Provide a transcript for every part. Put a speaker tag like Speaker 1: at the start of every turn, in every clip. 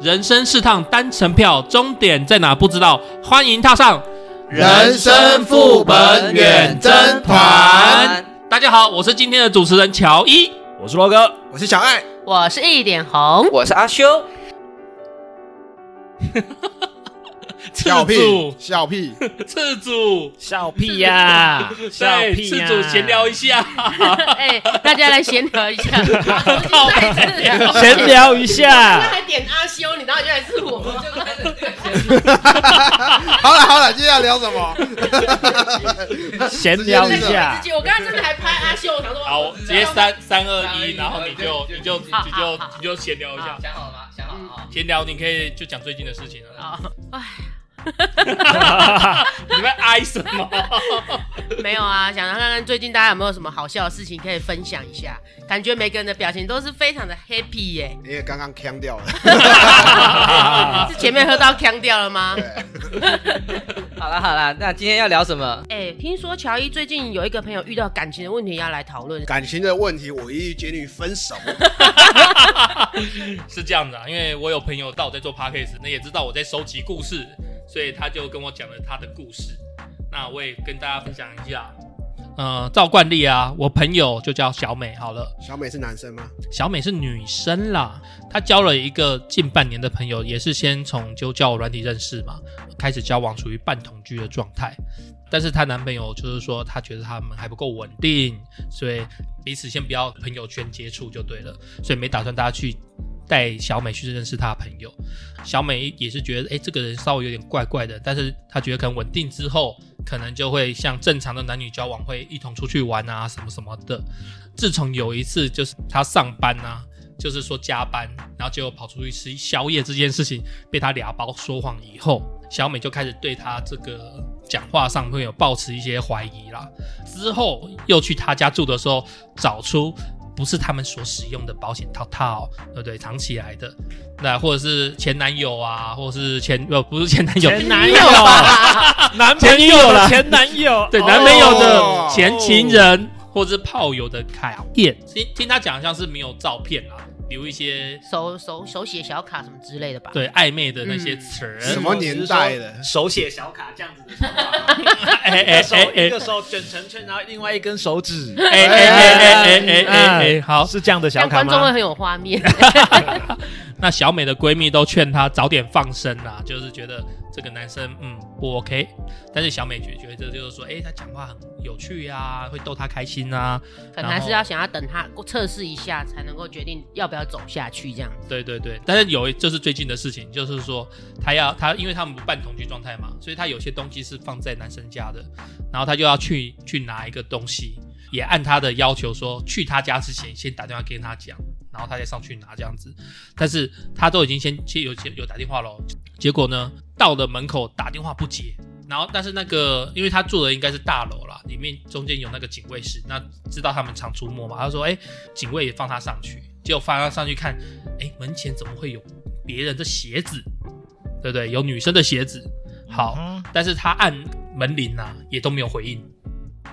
Speaker 1: 人生是趟单程票，终点在哪不知道，欢迎踏上。
Speaker 2: 人生副本远征团，
Speaker 1: 大家好，我是今天的主持人乔伊。
Speaker 3: 我是罗哥，
Speaker 2: 我是小爱，
Speaker 4: 我是一点红，
Speaker 5: 我是阿修，
Speaker 1: 次主，
Speaker 2: 小屁，
Speaker 1: 次主，
Speaker 3: 笑屁呀、笑
Speaker 1: 对，
Speaker 3: 屁
Speaker 1: 次
Speaker 3: 呀、
Speaker 1: 主闲聊一下。
Speaker 4: 哎、大家来闲聊一下，
Speaker 1: 靠北
Speaker 3: 闲聊一
Speaker 4: 他
Speaker 3: 下，
Speaker 4: 还点阿修，你然后原来是我，就开始
Speaker 1: 啊
Speaker 2: 好了好了，今天要聊什么？
Speaker 3: 闲聊一
Speaker 4: 我
Speaker 3: 下
Speaker 4: 自，己，我刚刚真的还拍阿修，我想说，
Speaker 1: 好，直接三三二 一，然后你就你就
Speaker 4: 好
Speaker 1: 你就
Speaker 4: 好好
Speaker 1: 你就闲聊一下，
Speaker 5: 想好了吗？想好了啊！
Speaker 1: 闲聊你可以就讲最近的事情了。
Speaker 4: 好，哎，
Speaker 1: 你们哀什么？
Speaker 4: 没有啊，想看看最近大家有没有什么好笑的事情可以分享一下，感觉每个人的表情都是非常的 happy 耶、
Speaker 2: 你也刚刚腔掉了，
Speaker 1: 啊
Speaker 4: 是前面喝到腔掉 了吗？
Speaker 5: 好了好了，那今天要聊什么？
Speaker 4: 哎、听说乔伊最近有一个朋友遇到感情的问题要来讨论，
Speaker 2: 感情的问题，我一律建议分手。
Speaker 1: 是这样的、啊，因为我有朋友知道我在做 podcast，那也知道我在收集故事，所以他就跟我讲了他的故事。那我也跟大家分享一下。呃，照惯例啊，我朋友就叫小美好了。
Speaker 2: 小美是男生吗？
Speaker 1: 小美是女生啦，她交了一个近半年的朋友，也是先从就交友软体认识嘛，开始交往，处于半同居的状态。但是她男朋友就是说，她觉得他们还不够稳定，所以彼此先不要朋友圈接触就对了，所以没打算大家去带小美去认识她的朋友。小美也是觉得，哎、这个人稍微有点怪怪的，但是她觉得可能稳定之后，可能就会像正常的男女交往，会一同出去玩啊，什么什么的。自从有一次就是他上班啊，就是说加班，然后结果跑出去吃宵夜这件事情被他俩包说谎以后，小美就开始对他这个讲话上会有抱持一些怀疑啦。之后又去他家住的时候，找出不是他们所使用的保险套套，对不对？藏起来的，那或者是前男友啊，或者是前呃不是前男友，
Speaker 3: 前男友，男朋友的前男友，
Speaker 1: 对
Speaker 3: 哦
Speaker 1: 男朋友
Speaker 2: 哦
Speaker 1: 的前情人哦或者是炮友的卡片，听听他讲好像是没有照片啊，留一些
Speaker 4: 手手手写小卡什么之类的吧？，
Speaker 1: 对暧昧的那些词儿。
Speaker 2: 什么年代的？
Speaker 3: 手写小卡这样子的手法，
Speaker 1: 哎
Speaker 3: 一个
Speaker 1: 哎
Speaker 3: 手
Speaker 1: 哎
Speaker 3: 一
Speaker 1: 哎
Speaker 3: 个手卷成圈，然后另外一根手指，
Speaker 1: 哎哎哎哎哎哎哎，好，
Speaker 3: 是这样的
Speaker 4: 像
Speaker 3: 小卡
Speaker 4: 观众会
Speaker 3: 吗？
Speaker 4: 很有画面。
Speaker 1: 那小美的闺蜜都劝她早点放生啦、就是觉得这个男生嗯不 OK，但是小美觉觉得就是说，哎、他讲话很有趣呀、啊，会逗她开心啊，
Speaker 4: 可能还是要想要等他测试一下，才能够决定要不要走下去这样子。
Speaker 1: 对对对，但是有一就是最近的事情，就是说他要他，因为他们不办同居状态嘛，所以他有些东西是放在男生家的，然后他就要去去拿一个东西，也按他的要求说，去他家之前先打电话跟他讲，然后他再上去拿这样子。但是他都已经先先有有打电话喽，结果呢到了门口打电话不接，然后但是那个因为他住的应该是大楼啦，里面中间有那个警卫室，那知道他们常出没嘛，他说哎、警卫也放他上去，结果放他上去看，哎、门前怎么会有别人的鞋子，对不对？有女生的鞋子，好，
Speaker 3: 嗯
Speaker 1: 但是他按门铃啊也都没有回应。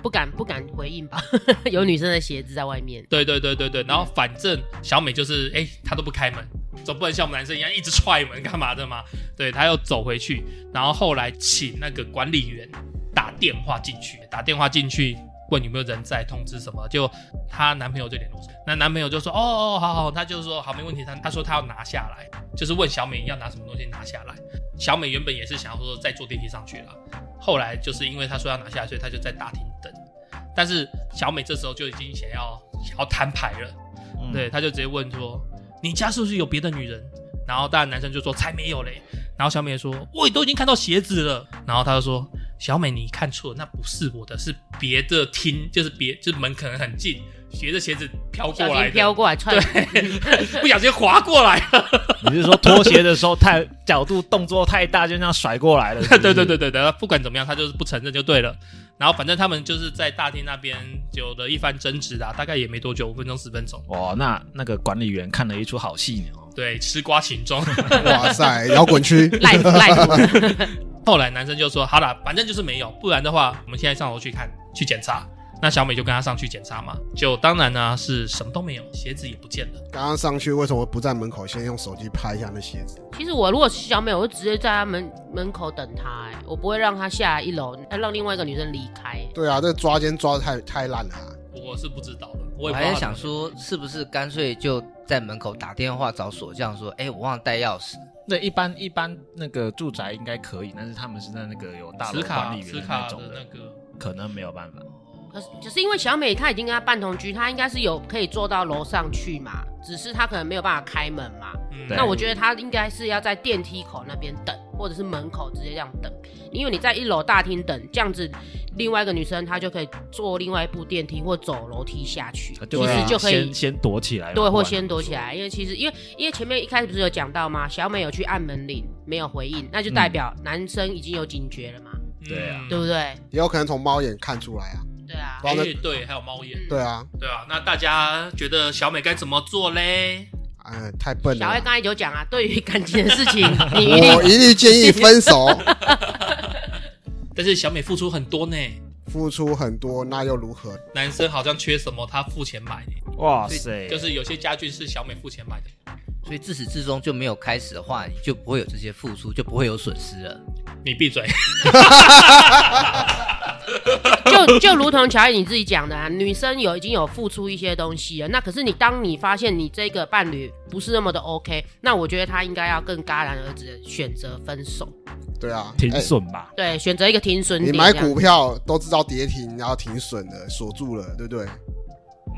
Speaker 4: 不敢不敢回应 吧，有女生的鞋子在外面。
Speaker 1: 对对对对对，然后反正小美就是哎，她都不开门，总不能像我们男生一样一直踹门干嘛的嘛。对，她又走回去，然后后来请那个管理员打电话进去，打电话进去问有没有人在，通知什么，就她男朋友就联络上，那男朋友就说哦哦好好，她就说好没问题，她她说她要拿下来，就是问小美要拿什么东西拿下来。小美原本也是想要说再坐电梯上去了，后来就是因为她说要拿下来，所以她就在大厅等。但是小美这时候就已经想要想要摊牌了，
Speaker 3: 嗯
Speaker 1: 对，，她就直接问说：“你家是不是有别的女人？”然后当然男生就说：“才没有嘞。”然后小美也说：“我也都已经看到鞋子了。”然后她就说：“小美，你看错了，那不是我的，是别的厅，就是别就是门可能很近，鞋的鞋子飘过
Speaker 4: 小
Speaker 1: 来
Speaker 4: 心
Speaker 1: 的，
Speaker 4: 飘过来踹，
Speaker 1: 对， 不小心滑过 来了。”
Speaker 3: 你是说脱鞋的时候太角度动作太大，就那样甩过来了？是不是
Speaker 1: 对对对，对对，不管怎么样，他就是不承认就对了。然后反正他们就是在大厅那边有了一番争执啦，啊大概也没多久，五分钟十分钟，
Speaker 3: 哇，那那个管理员看了一出好戏呢哦。
Speaker 1: 对，吃瓜群众。
Speaker 2: 哇塞，摇滚区，
Speaker 4: 赖 赖
Speaker 1: 后来男生就说：“好啦，反正就是没有，不然的话，我们现在上楼去看，去检查。”那那小美就跟他上去检查嘛，就当然呢、是什么都没有，鞋子也不见了。
Speaker 2: 刚刚上去为什么不在门口先用手机拍一下那鞋子？
Speaker 4: 其实我如果是小美，我就直接在她门门口等她、哎，我不会让她下来一楼，哎让另外一个女生离开、哎
Speaker 2: 对啊，这抓奸抓的太太烂了、啊。
Speaker 1: 我是不知道的，我
Speaker 5: 我
Speaker 1: 也不知道
Speaker 5: 还在
Speaker 1: 他
Speaker 5: 想
Speaker 1: 们，
Speaker 5: 说，是不是干脆就在门口打电话找锁匠说，哎，我忘了带钥匙。
Speaker 3: 那一般一般那个住宅应该可以，但是他们是在那个有大楼
Speaker 1: 磁
Speaker 3: 管
Speaker 1: 卡
Speaker 3: 理员
Speaker 1: 磁
Speaker 3: 的
Speaker 1: 卡
Speaker 3: 那
Speaker 1: 的
Speaker 3: 种
Speaker 1: 那
Speaker 3: 的，
Speaker 1: 个，
Speaker 3: 可能没有办法。
Speaker 4: 可是，可是因为小美她已经跟她半同居，她应该是有可以坐到楼上去嘛，只是她可能没有办法开门嘛。
Speaker 1: 嗯
Speaker 3: 对
Speaker 4: 那我觉得她应该是要在电梯口那边等，或者是门口直接这样等，因为你在一楼大厅等，这样子另外一个女生她就可以坐另外一部电梯或走楼梯下去，
Speaker 3: 对
Speaker 4: 其
Speaker 3: 啊
Speaker 4: 实就可以
Speaker 3: 先先躲起来嘛，啊
Speaker 4: 对，
Speaker 3: 不
Speaker 4: 或
Speaker 3: 然
Speaker 4: 先躲起来，因为其实因为因为前面一开始不是有讲到吗？小美有去按门铃，没有回应，那就
Speaker 3: 嗯
Speaker 4: 代表男生已经有警觉了嘛，
Speaker 3: 对
Speaker 1: 嗯
Speaker 3: 啊
Speaker 4: 对不对？
Speaker 2: 也有可能从猫眼看出来啊。
Speaker 4: 对啊，
Speaker 2: 包括
Speaker 1: 哎对，还有猫眼，
Speaker 2: 对啊，
Speaker 1: 对啊。那大家觉得小美该怎么做嘞？
Speaker 2: 哎、太笨了
Speaker 4: 小黑
Speaker 2: 啊。
Speaker 4: 刚才有讲啊，对于感情的事 情，你一定
Speaker 2: 我一律建议分手，
Speaker 1: 但是小美付出很多呢，
Speaker 2: 付出很多那又如何？
Speaker 1: 男生好像缺什么，他付钱买呢，
Speaker 3: 哇
Speaker 1: 所
Speaker 3: 塞，
Speaker 1: 以就是有些家具是小美付钱买的。
Speaker 5: 所以自始至终就没有开始的话，你就不会有这些付出，就不会有损失了。
Speaker 1: 你闭嘴，
Speaker 4: 就就如同乔伊你自己讲的啊，女生有已经有付出一些东西了，那可是你当你发现你这个伴侣不是那么的 OK，那我觉得他应该要更戛然而止，选择分手，
Speaker 2: 对啊，
Speaker 3: 停
Speaker 2: 哎
Speaker 3: 损吧。
Speaker 4: 对，选择一个停损
Speaker 2: 你
Speaker 4: 点。
Speaker 2: 买
Speaker 4: 这样
Speaker 2: 股票都知道跌停，然后停损了，锁住了，对不对？
Speaker 1: 嗯，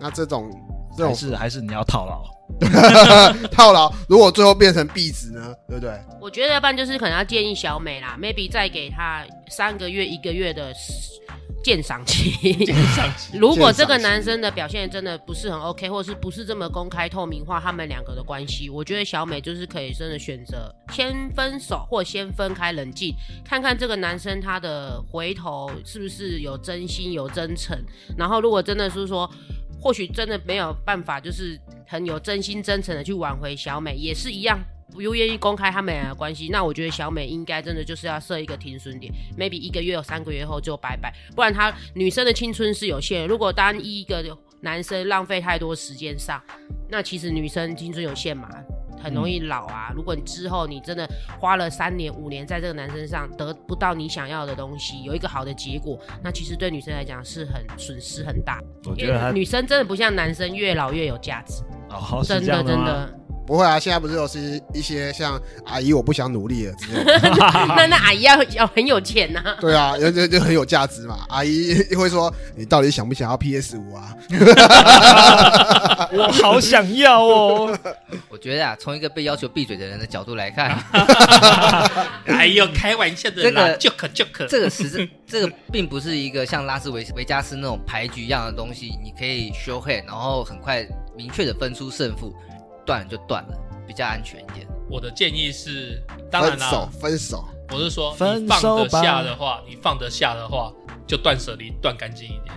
Speaker 2: 那这种这
Speaker 3: 还
Speaker 2: 种
Speaker 3: 是还是你要套 牢，
Speaker 2: 套牢，如果最后变成币值呢，对不对？
Speaker 4: 我觉得要不然就是可能要建议小美啦，maybe 再给她三个月、一个月的鉴赏期。
Speaker 1: 上期
Speaker 4: 如果这个男生的表现真的不是很 OK，或是不是这么公开透明化他们两个的关系，我觉得小美就是可以真的选择先分手或先分开冷静，看看这个男生他的回头是不是有真心有真诚。然后如果真的是说，或许真的没有办法，就是很有真心真诚的去挽回小美，也是一样。不愿意公开他们俩的关系，那我觉得小美应该真的就是要设一个停损点，maybe 一个月或三个月后就拜拜，不然她女生的青春是有限的，如果单一一个男生浪费太多时间上，那其实女生青春有限嘛，很容
Speaker 3: 嗯
Speaker 4: 易老啊。如果你之后你真的花了三年五年在这个男生上得不到你想要的东西，有一个好的结果，那其实对女生来讲是很损失很大，
Speaker 3: 我
Speaker 4: 因
Speaker 3: 觉得
Speaker 4: 为
Speaker 3: 他
Speaker 4: 女生真的不像男生越老越有价值，
Speaker 3: 哦，是
Speaker 4: 真
Speaker 3: 这样
Speaker 4: 真
Speaker 3: 吗，
Speaker 4: 的。
Speaker 2: 不会啊，现在不是有是一些像阿姨我不想努力了之类的，
Speaker 4: 那那阿姨要要很有钱呐、
Speaker 2: 对啊，有就就很有价值嘛。阿姨 会说你到底想不想要 PS 五啊？
Speaker 3: 我好想要哦，
Speaker 5: 我觉得啊，从一个被要求闭嘴的人的角度来 看，
Speaker 1: 哎呦，开玩笑的
Speaker 5: 这
Speaker 1: 啦，
Speaker 5: 个
Speaker 1: 就可就可，
Speaker 5: 这个实质这个并不是一个像拉斯维维加斯那种牌局一样的东西，你可以 show hand，然后很快明确的分出胜负，断了就断了，比较安全一点。
Speaker 1: 我的建议是，当然
Speaker 2: 分
Speaker 1: 啦、
Speaker 2: 手，分手，
Speaker 1: 我是说，
Speaker 3: 分
Speaker 1: 你放得
Speaker 3: 手吧
Speaker 1: 下的话，你放得下的话，就断舍离，断干净一点。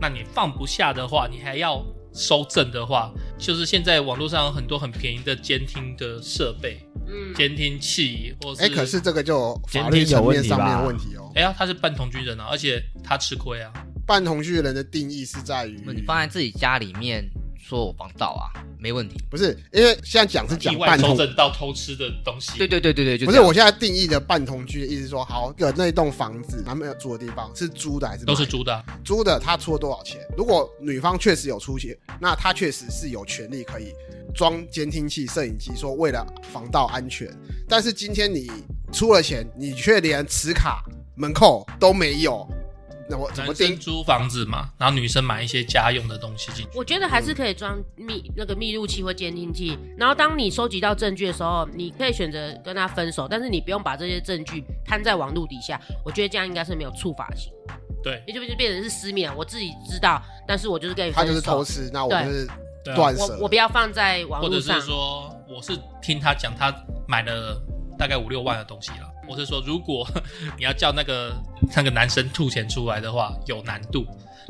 Speaker 1: 那你放不下的话，你还要收正的话，就是现在网络上有很多很便宜的监听的设备、
Speaker 4: 嗯，
Speaker 1: 监听器，或是
Speaker 2: 哎、可是这个就有法律层面上面的问题哦。
Speaker 1: 哎呀，他是半同居人啊，而且他吃亏啊。
Speaker 2: 半同居人的定义是在于
Speaker 5: 那你放在自己家里面，说我防盗啊，没问题。
Speaker 2: 不是，因为现在讲是讲
Speaker 1: 意外
Speaker 2: 半
Speaker 1: 抽
Speaker 2: 同，
Speaker 1: 整到偷吃的东西，
Speaker 5: 对对对对对，就
Speaker 2: 不
Speaker 5: 这
Speaker 2: 是
Speaker 5: 样
Speaker 2: 我现在定义的半同居的意思是说，好，有那栋房子男朋友住的地方是租的还是买
Speaker 1: 都
Speaker 2: 的
Speaker 1: 是租的啊、
Speaker 2: 租的，他出了多少钱？如果女方确实有出钱，那她确实是有权利可以装监听器、摄影机，说为了防盗安全。但是今天你出了钱，你却连磁卡、门扣都没有，那我怎么
Speaker 1: 男
Speaker 2: 定
Speaker 1: 生？租房子嘛，然后女生买一些家用的东西进去。
Speaker 4: 我觉得还是可以装密那个密录器或监听器，然后当你收集到证据的时候，你可以选择跟他分手，但是你不用把这些证据摊在网络底下。我觉得这样应该是没有触法性，
Speaker 1: 对
Speaker 4: 也就是变成是私密了。我自己知道，但是我就是跟你
Speaker 2: 他
Speaker 4: 分手，
Speaker 2: 就是偷吃，那我就是
Speaker 1: 对啊
Speaker 2: 断舍
Speaker 4: 我。我不要放在网
Speaker 1: 或
Speaker 4: 络
Speaker 1: 者是
Speaker 4: 上。
Speaker 1: 说，我是听他讲，他买了大概五六万的东西啦。我是说，如果 你要叫那个那个男生吐钱出来的话，有难度。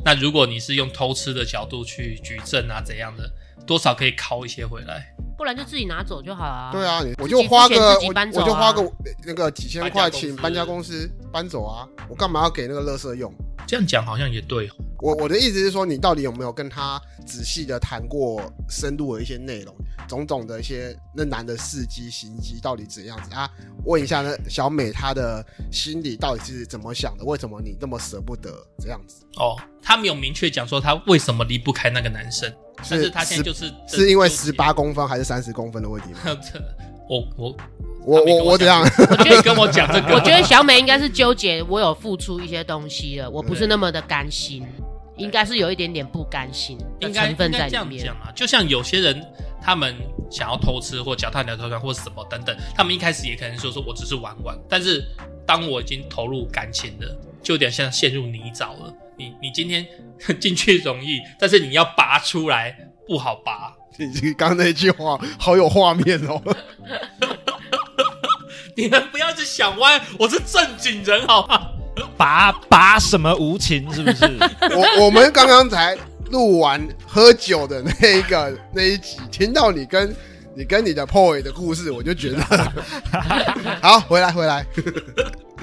Speaker 1: 那如果你是用偷吃的角度去举证啊，怎样的，多少可以拷一些回来。
Speaker 4: 不然就自己拿走就好了。
Speaker 2: 对，啊，你我
Speaker 4: 自己
Speaker 2: 就花个
Speaker 4: 自己
Speaker 2: 我
Speaker 4: 搬走
Speaker 2: 我
Speaker 4: 啊
Speaker 2: 就花个那个几千块，
Speaker 1: 搬家公司
Speaker 2: 请搬家公司搬走啊！我干嘛要给那个垃圾用？
Speaker 1: 这样讲好像也对哦。
Speaker 2: 我我的意思是说，你到底有没有跟他仔细的谈过深入的一些内容，种种的一些那男的事迹行迹到底怎样子啊？问一下那小美她的心里到底是怎么想的？为什么你那么舍不得这样子？
Speaker 1: 哦，他没有明确讲说他为什么离不开那个男生，但是他现在就是
Speaker 2: 是因为十八，公分还是三十公分的问题吗？
Speaker 1: 这我我
Speaker 2: 我
Speaker 1: 他没跟
Speaker 2: 我
Speaker 1: 我
Speaker 2: 我怎样？
Speaker 1: 我可以跟我讲这个，
Speaker 4: 我觉得小美应该是纠结，我有付出一些东西了，我不是那么的甘心，应该是有一点点不甘心的
Speaker 1: 应该
Speaker 4: 成
Speaker 1: 应
Speaker 4: 分在
Speaker 1: 该这
Speaker 4: 里
Speaker 1: 样
Speaker 4: 面
Speaker 1: 讲。啊，就像有些人他们想要偷吃或脚踏两条船或什么等等，他们一开始也可能说说我只是玩玩，但是当我已经投入感情了，就有点像陷入泥沼了。你你今天 进去容易，但是你要拔出来不好拔。
Speaker 2: 你刚刚那句话好有画面哦。
Speaker 1: 你们不要去想歪，我是正经人好吗？
Speaker 3: 拔拔什么无情是不是？
Speaker 2: 我我们刚刚才录完喝酒的那一个 那一集，听到你跟你跟你的 POY 的故事，我就觉得 好，回来回来，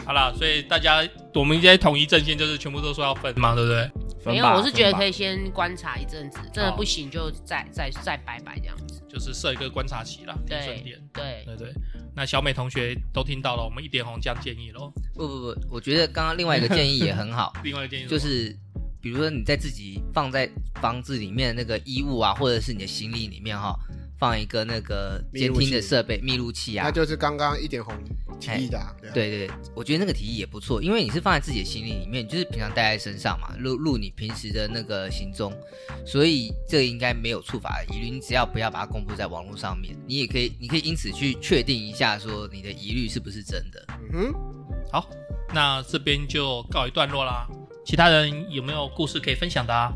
Speaker 1: 好啦，所以大家我们应该统一阵线，就是全部都说要分嘛，对不对？
Speaker 4: 没有，我是觉得可
Speaker 3: 以。
Speaker 4: 以先观察一阵子，真
Speaker 1: 哦
Speaker 4: 的不行就再再再拜拜这样子。
Speaker 1: 就是设一个观察期啦，停损
Speaker 4: 对
Speaker 1: 点。
Speaker 4: 对，
Speaker 1: 对对，那小美同学都听到了，我们一点红这样建议喽。
Speaker 5: 不不不，我觉得刚刚另外一个建议也很 好，
Speaker 1: 另外一个建议
Speaker 5: 就是是比如说你在自己放在房子里面的那个衣物啊，或者是你的行李里面哈、放一个那个监听的设备密录器啊
Speaker 2: 那。就是刚刚一点红提议的、啊，对啊
Speaker 5: 对对，对我觉得那个提议也不错，因为你是放在自己的行李里面，你就是平常带在身上嘛，录录你平时的那个行踪，所以这应该没有触法的疑虑。你只要不要把它公布在网络上面，你也可以，你可以因此去确定一下说你的疑虑是不是真的。
Speaker 2: 嗯哼，
Speaker 1: 什么好，那这边就告一段落啦。其他人有没有故事可以分享的啊？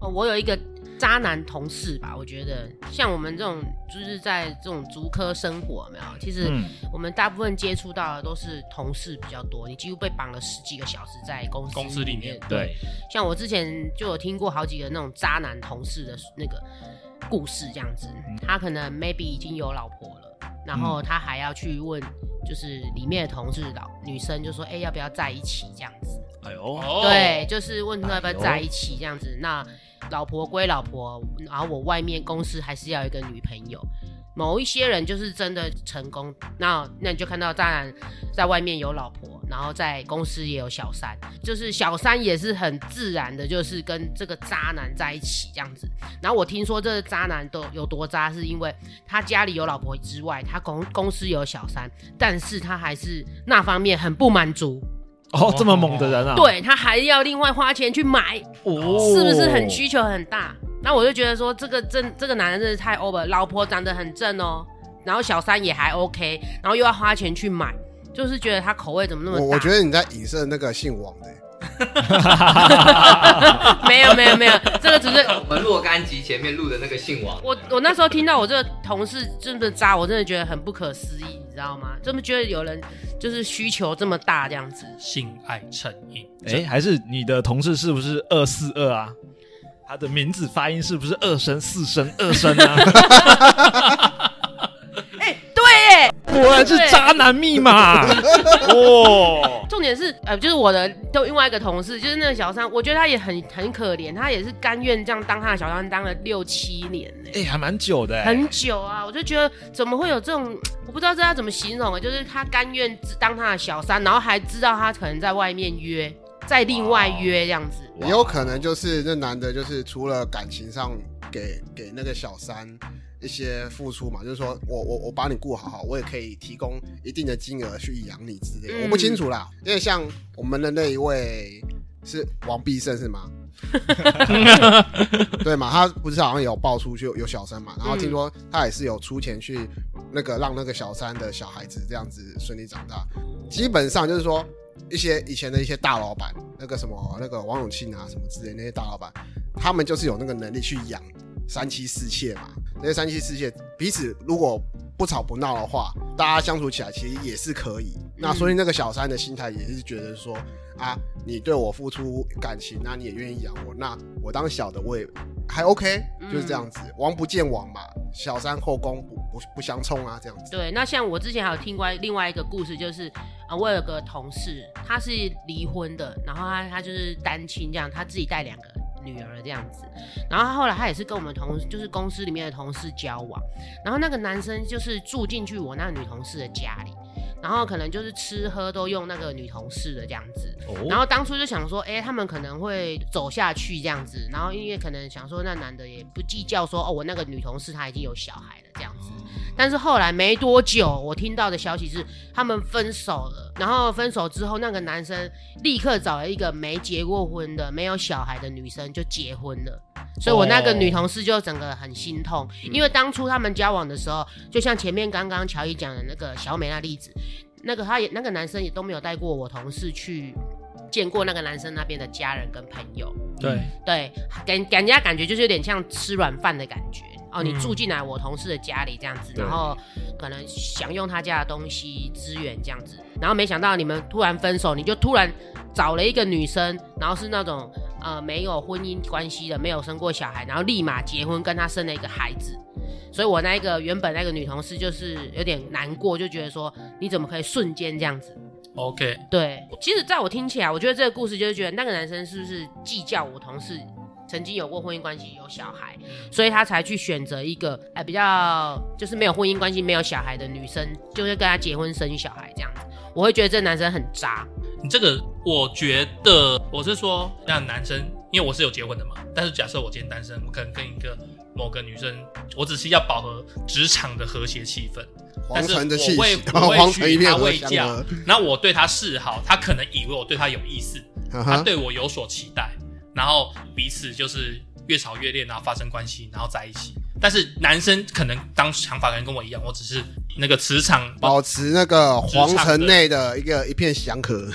Speaker 4: 哦，我有一个渣男同事吧，我觉得像我们这种就是在这种足科生活，有没有？其实
Speaker 3: 嗯
Speaker 4: 我们大部分接触到的都是同事比较多，你几乎被绑了十几个小时在公司
Speaker 1: 公司里
Speaker 4: 里
Speaker 1: 面
Speaker 4: 对，
Speaker 3: 对，
Speaker 4: 像我之前就有听过好几个那种渣男同事的那个故事，这样子，
Speaker 1: 嗯
Speaker 4: 他可能 maybe 已经有老婆了，然后他还要去问，就是里面的同事老女生就说，哎、要不要在一起这样子？
Speaker 3: 哎呦，
Speaker 1: 哦，
Speaker 4: 对，，就是问他要不要
Speaker 3: 哎呦
Speaker 4: 在一起这样子。那老婆归老婆，然后我外面公司还是要有一个女朋友。某一些人就是真的成功，那那你就看到，当然在外面有老婆，然后在公司也有小三，就是小三也是很自然的，就是跟这个渣男在一起这样子。然后我听说这个渣男都有多渣，是因为他家里有老婆之外，他公公司有小三，但是他还是那方面很不满足，
Speaker 3: 哦，这么猛的人啊！，
Speaker 4: 对他还要另外花钱去买，
Speaker 3: 哦，
Speaker 4: 是不是很需求很大？那我就觉得说，这个真这个男人真的太 over，老婆长得很正哦，然后小三也还 OK，然后又要花钱去买，就是觉得他口味怎么那么
Speaker 2: 我
Speaker 4: 大？
Speaker 2: 我觉得你在影射那个姓王的、
Speaker 4: 得 没有没有没有，这个只是
Speaker 5: 我们若干集前面录的那个信网，
Speaker 4: 我我那时候听到我这个同事真的渣，我真的觉得很不可思议，你知道吗？这么觉得有人就是需求这么大这样子，
Speaker 1: 性爱成瘾，
Speaker 3: 哎，还是你的同事是不是二四二啊？他的名字发音是不是二声、四声、二声 啊？
Speaker 4: 哎、对耶，
Speaker 3: 果然是渣男密 码哦！
Speaker 4: 重点是，呃，就是我的都另外一个同事，就是那个小三，我觉得他也很很可怜，他也是甘愿这样当他的小三，当了六七年呢、
Speaker 3: 哎，还蛮久的哎，
Speaker 4: 很久啊，我就觉得怎么会有这种，我不知道这要怎么形容啊，就是他甘愿只当他的小三，然后还知道他可能在外面约，在另外约这样子。
Speaker 2: 也有可能就是那男的，就是除了感情上给给那个小三一些付出嘛，就是说我我我把你顾好好，我也可以提供一定的金额去养你之类的。
Speaker 4: 嗯
Speaker 2: 我不清楚啦，因为像我们的那一位是王必胜是吗？对嘛，他不是好像有爆出去有小三嘛，然后听说他也是有出钱去那个让那个小三的小孩子这样子顺利长大。基本上就是说，一些以前的一些大老板，那个什么那个王永庆啊什么之类那些大老板，他们就是有那个能力去养三妻四妾嘛。那些三妻四妾彼此如果不吵不闹的话，大家相处起来其实也是可以。那所以那个小三的心态也是觉得说啊，你对我付出感情，那你也愿意养我，那
Speaker 1: 嗯
Speaker 2: 我当小的我也还 OK，就是这样子。王不见王嘛，小三后宫不不不相冲啊，这样子。
Speaker 4: 对，那像我之前还有听过另外一个故事，就是啊、呃我有个同事，他是离婚的，然后他他就是单亲这样，他自己带两个女儿这样子，然后他后来他也是跟我们同就是公司里面的同事交往，然后那个男生就是住进去我那个女同事的家里，然后可能就是吃喝都用那个女同事的这样子，然
Speaker 3: 哦，
Speaker 4: 后当初就想说，哎、他们可能会走下去这样子，然后因为可能想说那男的也不计较说，哦，我那个女同事她已经有小孩了这样子。但是后来没多久，我听到的消息是他们分手了。然后分手之后，那个男生立刻找了一个没结过婚的、没有小孩的女生就结婚了。所以我那个女同事就整个很心痛，因为当初他们交往的时候，就像前面刚刚乔伊讲的那个小美那例子，那个他也那个男生也都没有带过我同事去见过那个男生那边的家人跟朋友，
Speaker 1: 对，
Speaker 4: 对，给给人家感觉就是有点像吃软饭的感觉。哦，你
Speaker 1: 嗯
Speaker 4: 住进来我同事的家里这样子，
Speaker 3: 对
Speaker 4: 然后可能享用他家的东西资源这样子，然后没想到你们突然分手，你就突然找了一个女生，然后是那种呃没有婚姻关系的，没有生过小孩，然后立马结婚，跟他生了一个孩子。所以我那一个原本那个女同事就是有点难过，就觉得说你怎么可以瞬间这样子？
Speaker 1: OK，
Speaker 4: 对，其实在我听起来，我觉得这个故事就是觉得那个男生是不是计较我同事曾经有过婚姻关系、有小孩，所以他才去选择一个哎比较就是没有婚姻关系、没有小孩的女生，就是跟他结婚生小孩这样子。我会觉得这男生很渣，
Speaker 1: 你这个我觉得我是说，让男生，因为我是有结婚的嘛，但是假设我今天单身，我可能跟一个某个女生，我只是要饱和职场的和谐气氛，
Speaker 2: 皇城的气
Speaker 1: 但
Speaker 2: 息
Speaker 1: 是，
Speaker 2: 然
Speaker 1: 我
Speaker 2: 后
Speaker 1: 会
Speaker 2: 皇城一面
Speaker 1: 我
Speaker 2: 河
Speaker 1: 会去
Speaker 2: 相
Speaker 1: 他
Speaker 2: 和。
Speaker 1: 然后我对她示好，她可能以为我对她有意思，
Speaker 2: 哈
Speaker 1: 他
Speaker 2: 哈，
Speaker 1: 对我有所期待，然后彼此就是越吵越烈，然后发生关系，然后在一起。但是男生可能当时想法可能跟我一样，我只是那个磁场
Speaker 2: 保持那个皇
Speaker 1: 职场的
Speaker 2: 城内的一个一片祥和。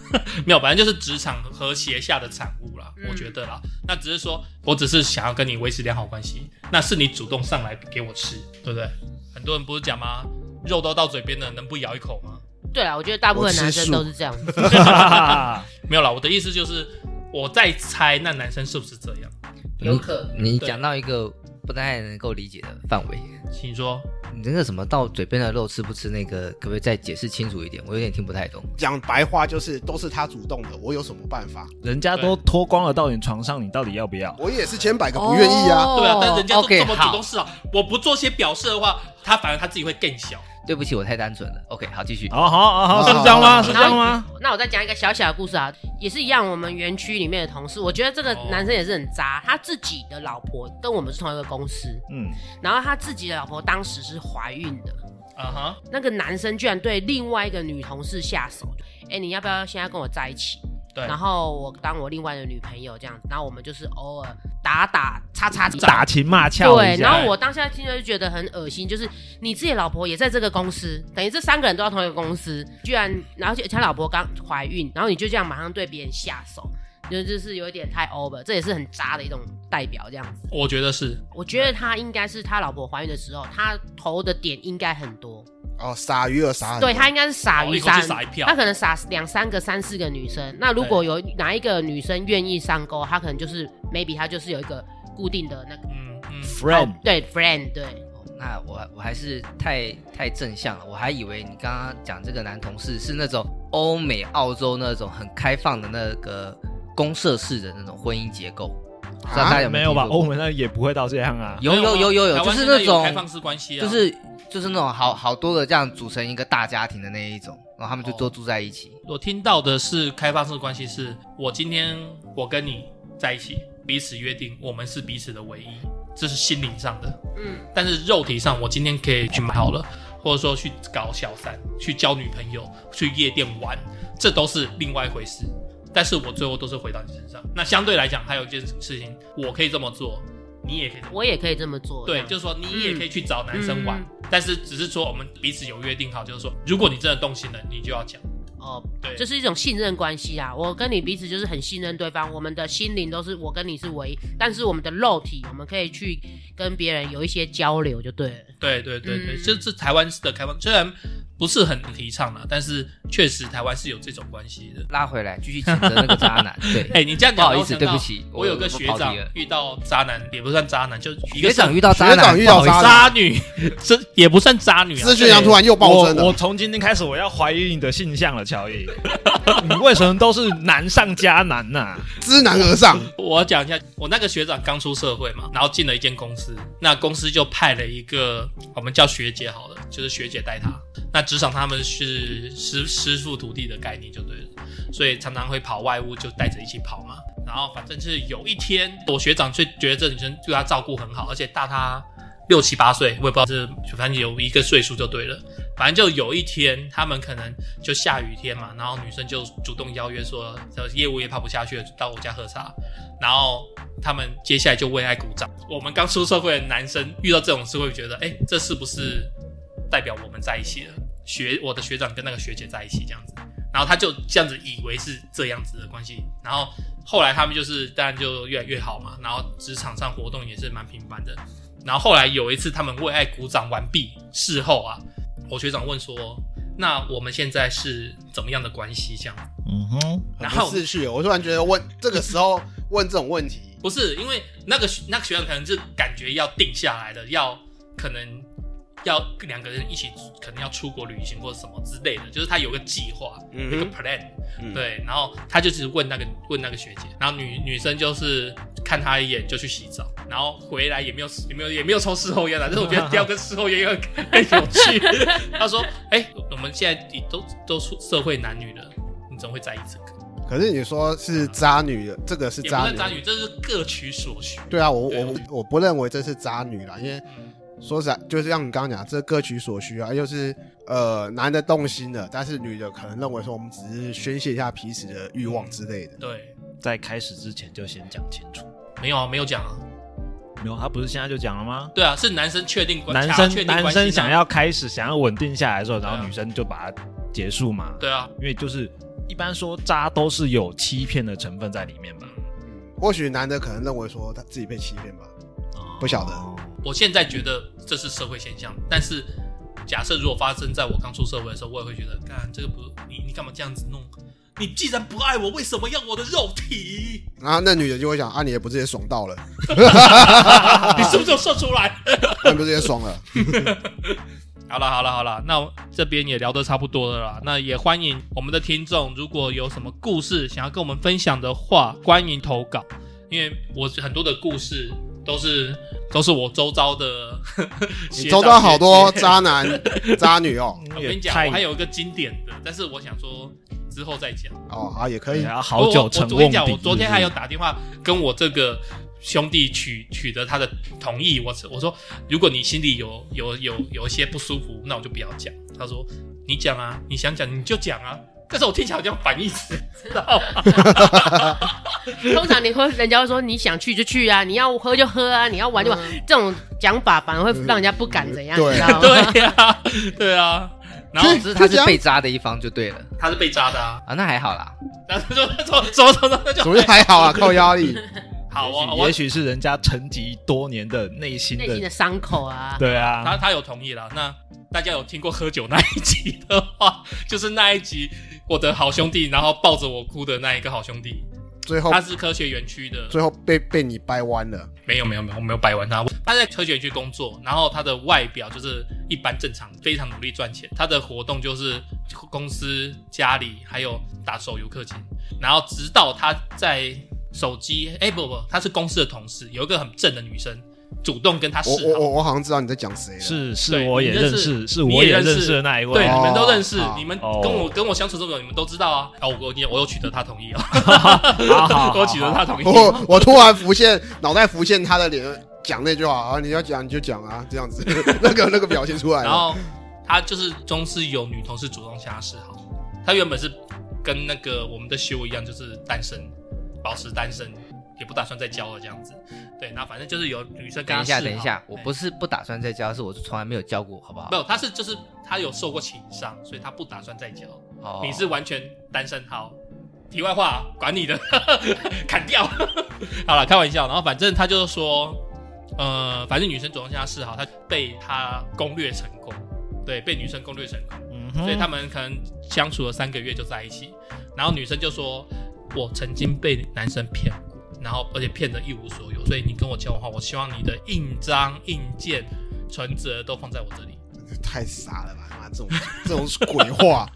Speaker 1: 没有，反正就是职场和谐下的产物啦，
Speaker 4: 嗯
Speaker 1: 我觉得啦。那只是说我只是想要跟你维持良好关系，那是你主动上来给我吃，对不对？很多人不是讲吗？肉都到嘴边了，能不咬一口吗？
Speaker 4: 对啊，我觉得大部分
Speaker 2: 我吃
Speaker 4: 男生
Speaker 2: 素
Speaker 4: 都是这样子。
Speaker 1: 没有啦，我的意思就是我在猜那男生是不是这样，
Speaker 4: 有可能
Speaker 5: 你
Speaker 1: 对
Speaker 5: 讲到一个不太能够理解的范围，
Speaker 1: 请说。
Speaker 5: 你那个什么到嘴边的肉吃不吃那个，可不可以再解释清楚一点？我有点听不太懂。
Speaker 2: 讲白话就是都是他主动的，我有什么办法？
Speaker 3: 人家都脱光了到你床上，你到底要不要？
Speaker 2: 我也是千百个 不愿意
Speaker 3: 哦
Speaker 2: 啊。
Speaker 1: 对啊，但人家都
Speaker 5: 哦 OK，
Speaker 1: 这么主
Speaker 5: 好
Speaker 1: 动示好，我不做些表示的话，他反而他自己会更小。
Speaker 5: 对不起，我太单纯了。OK，好，继续。
Speaker 3: 好好好好，
Speaker 2: 好
Speaker 3: 是这样
Speaker 2: 好
Speaker 3: 吗？是这样吗？
Speaker 4: 那我再讲一个小小的故事啊，也是一样，我们园区里面的同事，我觉得这个
Speaker 1: 哦
Speaker 4: 男生也是很渣，他自己的老婆跟我们是同一个公司，
Speaker 3: 嗯，
Speaker 4: 然后他自己的老婆当时是怀孕的。
Speaker 5: 嗯
Speaker 1: 啊哈，
Speaker 4: 那个男生居然对另外一个女同事下手，哎、你要不要现在跟我在一起？
Speaker 1: 对
Speaker 4: 然后我当我另外的女朋友这样子，然后我们就是偶尔打打擦擦
Speaker 3: 嗯打情骂俏
Speaker 4: 对，
Speaker 3: 一
Speaker 4: 然
Speaker 3: 下，
Speaker 4: 后我当下听了就觉得很恶心，就是你自己老婆也在这个公司，等于这三个人都要同一个公司，居然，然后就他老婆刚怀孕，然后你就这样马上对别人下手，就就是有点太 over，这也是很渣的一种代表这样子。
Speaker 1: 我觉得是，
Speaker 4: 我觉得他应该是他老婆怀孕的时候，他投的点应该很多，
Speaker 2: 哦，傻鱼儿傻很多
Speaker 4: 对他应该是傻
Speaker 1: 哦
Speaker 4: 鱼
Speaker 1: 一口气
Speaker 4: 杀，
Speaker 1: 撒一票
Speaker 4: 他可能撒两三个、三四个女生。那如果有哪一个女生愿意上钩，他可能就是 maybe 他就是有一个固定的那个
Speaker 1: 嗯嗯，
Speaker 3: friend
Speaker 4: 对 friend 对。
Speaker 5: 哦那我我还是太太正向了，我还以为你刚刚讲这个男同事是那种欧美、澳洲那种很开放的那个公社式的那种婚姻结构，不知道大家
Speaker 2: 啊，
Speaker 5: 有
Speaker 3: 没
Speaker 5: 有
Speaker 3: 有吧？
Speaker 5: 听说
Speaker 3: 欧
Speaker 5: 过
Speaker 3: 美那也不会到这样啊。
Speaker 5: 有有有有有，
Speaker 1: 台
Speaker 5: 就
Speaker 1: 湾
Speaker 5: 是
Speaker 1: 现在
Speaker 5: 那
Speaker 1: 有开
Speaker 5: 种
Speaker 1: 放式关系啊，
Speaker 5: 就是就是那种好好多的这样组成一个大家庭的那一种，然后他们就
Speaker 1: 哦
Speaker 5: 都住在一起。
Speaker 1: 我听到的是开放式关系是，我今天我跟你在一起，彼此约定我们是彼此的唯一，这是心灵上的。
Speaker 4: 嗯，
Speaker 1: 但是肉体上，我今天可以去买好了，或者说去搞小三，去交女朋友，去夜店玩，这都是另外一回事。但是我最后都是回到你身上。那相对来讲，还有一件事情，我可以这么做，你也可以这么做。
Speaker 4: 我也可以这么做。这
Speaker 1: 对，
Speaker 4: 样
Speaker 1: 就是说你也可以去找男生玩，
Speaker 4: 嗯
Speaker 1: 但是只是说我们彼此有约定好，就是说如果你真的动心了，你就要讲。
Speaker 4: 候，
Speaker 1: 对
Speaker 4: 哦这是一种信任关系啊。我跟你彼此就是很信任对方，我们的心灵都是我跟你是唯一，但是我们的肉体，我们可以去跟别人有一些交流就对了。
Speaker 1: 对对对对，
Speaker 4: 嗯
Speaker 1: 这这台湾的开放虽然不是很提倡啦，但是确实台湾是有这种关系的。
Speaker 5: 拉回来，继续谴责那个渣男。对，
Speaker 1: 哎，你这样
Speaker 5: 不
Speaker 1: 讲
Speaker 5: 好意思，
Speaker 1: 让我想
Speaker 5: 对
Speaker 1: 到
Speaker 5: 不起，
Speaker 1: 我有个
Speaker 5: 跑
Speaker 1: 学
Speaker 5: 题
Speaker 1: 长
Speaker 5: 了
Speaker 1: 遇到渣男，也不算渣男，就 一个
Speaker 5: 学长遇到渣
Speaker 2: 学
Speaker 5: 男，
Speaker 2: 长遇到
Speaker 5: 不好意思
Speaker 2: 渣男
Speaker 1: 渣女， 这也不算渣女啊
Speaker 2: 资。讯量突然又暴增
Speaker 3: 我我
Speaker 2: 了。
Speaker 3: 从今天开始，我要怀疑你的性向了，乔伊。你为什么都是难上加难呐、
Speaker 2: 知难而上，
Speaker 1: 我讲一下，我那个学长刚出社会嘛，然后进了一间公司，那公司就派了一个我们叫学姐好了，就是学姐带他。那职场他们是师师傅徒弟的概念就对了，所以常常会跑外务，就带着一起跑嘛。然后反正是有一天，我学长就觉得这女生对他照顾很好，而且大他六七八岁，我也不知道是反正有一个岁数就对了。反正就有一天，他们可能就下雨天嘛，然后女生就主动邀约说，业务也跑不下去了，到我家喝茶。然后他们接下来就为爱鼓掌。我们刚出社会的男生遇到这种事会觉得，哎，这是不是代表我们在一起了？学我的学长跟那个学姐在一起这样子，然后他就这样子以为是这样子的关系，然后后来他们就是当然就越来越好嘛，然后职场上活动也是蛮频繁的。然后后来有一次他们为爱鼓掌完毕，事后啊，我学长问说：“那我们现在是怎么样的关系？”这样，
Speaker 3: 嗯哼，
Speaker 1: 然
Speaker 2: 很
Speaker 1: 后
Speaker 2: 不识趣哦。我突然觉得问这个时候问这种问题，
Speaker 1: 不是因为那个学那个学长可能是感觉要定下来的，要可能要两个人一起，可能要出国旅行或者什么之类的，就是他有个计划，
Speaker 2: 嗯
Speaker 1: 有个
Speaker 2: 哼
Speaker 1: plan，、
Speaker 2: 嗯
Speaker 1: 对，然后他就只是问那个问那个学姐，然后女女生就是看他一眼就去洗澡，然后回来也没有也没有也没有抽事后烟了，但是我觉得 要跟事后烟要更有趣。他说：“哎、我们现在你都都出社会男女了，你怎么会在意这个？
Speaker 2: 可是你说是渣女的，这个是
Speaker 1: 也不
Speaker 2: 渣
Speaker 1: 是
Speaker 2: 女，
Speaker 1: 渣女，这是各取所需。”
Speaker 2: 对啊，我
Speaker 1: 对
Speaker 2: 我我不认为这是渣女啦，因为
Speaker 1: 嗯
Speaker 2: 说实在，就是像你刚刚讲，这各取所需啊，就是呃男的动心了，但是女的可能认为说我们只是宣泄一下彼此的欲望之类的。
Speaker 1: 对，
Speaker 3: 在开始之前就先讲清楚。
Speaker 1: 没有啊，没有讲啊。
Speaker 3: 没有，他不是现在就讲了吗？
Speaker 1: 对啊，是男生确定关，
Speaker 3: 男
Speaker 1: 想要确定
Speaker 3: 生
Speaker 1: 关
Speaker 3: 男
Speaker 1: 系呢
Speaker 3: 生想，要开始想要稳定下来的时候，然
Speaker 1: 对
Speaker 3: 后
Speaker 1: 啊
Speaker 3: 女生就把它结束嘛。
Speaker 1: 对啊，
Speaker 3: 因为就是一般说渣都是有欺骗的成分在里面吧。
Speaker 1: 嗯
Speaker 2: 或许男的可能认为说他自己被欺骗吧，不晓得
Speaker 3: 哦
Speaker 1: 我现在觉得这是社会现象，但是假设如果发生在我刚出社会的时候，我也会觉得，干这个不，你你干嘛这样子弄？你既然不爱我，为什么要我的肉 体？
Speaker 2: 然后那女的就会想啊，你也不是也爽 到了，
Speaker 1: 啊你是不是有射出来？
Speaker 2: 那不是也爽了？
Speaker 1: 好了好了好了，那我这边也聊得差不多了啦。那也欢迎我们的听众，如果有什么故事想要跟我们分享的话，欢迎投稿，因为我很多的故事都是都是我周遭的
Speaker 2: 你
Speaker 1: 学长学姐，
Speaker 2: 周遭好多渣男渣女哦，
Speaker 1: 我跟你讲，我还有一个经典的，但是我想说之后再讲。
Speaker 2: 哦好也可以
Speaker 1: 啊
Speaker 3: 也，要哎好久
Speaker 1: 我我
Speaker 3: 成
Speaker 1: 我昨天
Speaker 3: 瓮
Speaker 1: 讲，
Speaker 3: 底。
Speaker 1: 我昨天还有打电话跟我这个兄弟取取得他的同意，我我说如果你心里有有有有一些不舒服，那我就不要讲。他说你讲啊，你想讲你就讲啊。但是我听起来好像反义词， 知道吗？
Speaker 4: 通常你会，人家会说你想去就去啊，你要喝就喝啊，你要玩就玩，这种讲法反而会让人家不敢怎样，
Speaker 2: 对
Speaker 4: 你知道吗？
Speaker 1: 嗯对呀、对啊。然后
Speaker 5: 总之他是被渣的一方就对了
Speaker 1: 他是被扎的啊，
Speaker 5: 啊，那还好啦。
Speaker 1: 然后他说什么什么什么那就
Speaker 2: 怎么就还好啊，靠压 力。
Speaker 1: 好啊，
Speaker 3: 也
Speaker 1: 我
Speaker 3: 许也许是人家沉寂多年的内 心
Speaker 4: 内心的
Speaker 3: 的，
Speaker 4: 伤口啊，
Speaker 3: 对啊，
Speaker 1: 他他有同意啦。那大家有听过喝酒那一集的话，就是那一集我的好兄弟，然后抱着我哭的那一个好兄弟，
Speaker 2: 最后
Speaker 1: 他是科学园区的，
Speaker 2: 最后被被你掰弯了，
Speaker 1: 没有没有没有，我没有掰弯他。他在科学园区工作，然后他的外表就是一般正常，非常努力赚钱。他的活动就是公司、家里还有打手游氪金。然后直到他在手机，哎、不不，他是公司的同事，有一个很正的女生主动跟他示
Speaker 2: 我我我
Speaker 1: 好。
Speaker 2: 我好像知道你在讲谁了，
Speaker 3: 是是
Speaker 1: 对
Speaker 3: 我也
Speaker 1: 你认
Speaker 3: 认
Speaker 1: 识
Speaker 3: 识，是
Speaker 1: 你
Speaker 3: 我
Speaker 1: 也
Speaker 3: 也
Speaker 1: 认识
Speaker 3: 认识的那一位。
Speaker 1: 对，
Speaker 2: 哦
Speaker 1: 你们都认识，
Speaker 2: 好
Speaker 1: 你们
Speaker 3: 哦
Speaker 1: 跟我跟我相处这么久，你们都知道啊。哦，我我有取得他同意哦，
Speaker 3: 好好好
Speaker 1: 我取得他同意。
Speaker 2: 我我突然浮现，脑袋浮现他的脸，讲那句话啊，你要讲你就讲啊，这样子， 那个那个表现出来
Speaker 1: 然
Speaker 2: 了。
Speaker 1: 后他就是中是有女同事主动向他示好，他原本是跟那个我们的修一样，就是单身，保持单身，也不打算再交了这样子。对，那反正就是有女生跟
Speaker 5: 等
Speaker 1: 他
Speaker 5: 一
Speaker 1: 示好哎
Speaker 5: 下，等一下，我不
Speaker 1: 是
Speaker 5: 是不打算再教，是我是从来没有教过，好不好
Speaker 1: 没？有，他是就是他有受过情伤，所以他不打算再交。
Speaker 5: 哦
Speaker 1: 你是完全单身。好，题外话，管你的， 砍掉。 好了，开玩笑。然后反正他就是说，呃，反正女生主动向他示好，他被他攻略成功，对，被女生攻略成功。
Speaker 3: 嗯
Speaker 1: 所以
Speaker 3: 哼，
Speaker 1: 他们可能相处了三个月就在一起，然后女生就说：“我曾经被男生骗过，然后而且骗得一无所有，所以你跟我交往后，我希望你的印章、印件、存折都放在我这里。
Speaker 2: 太傻了吧！妈，这种这种鬼话，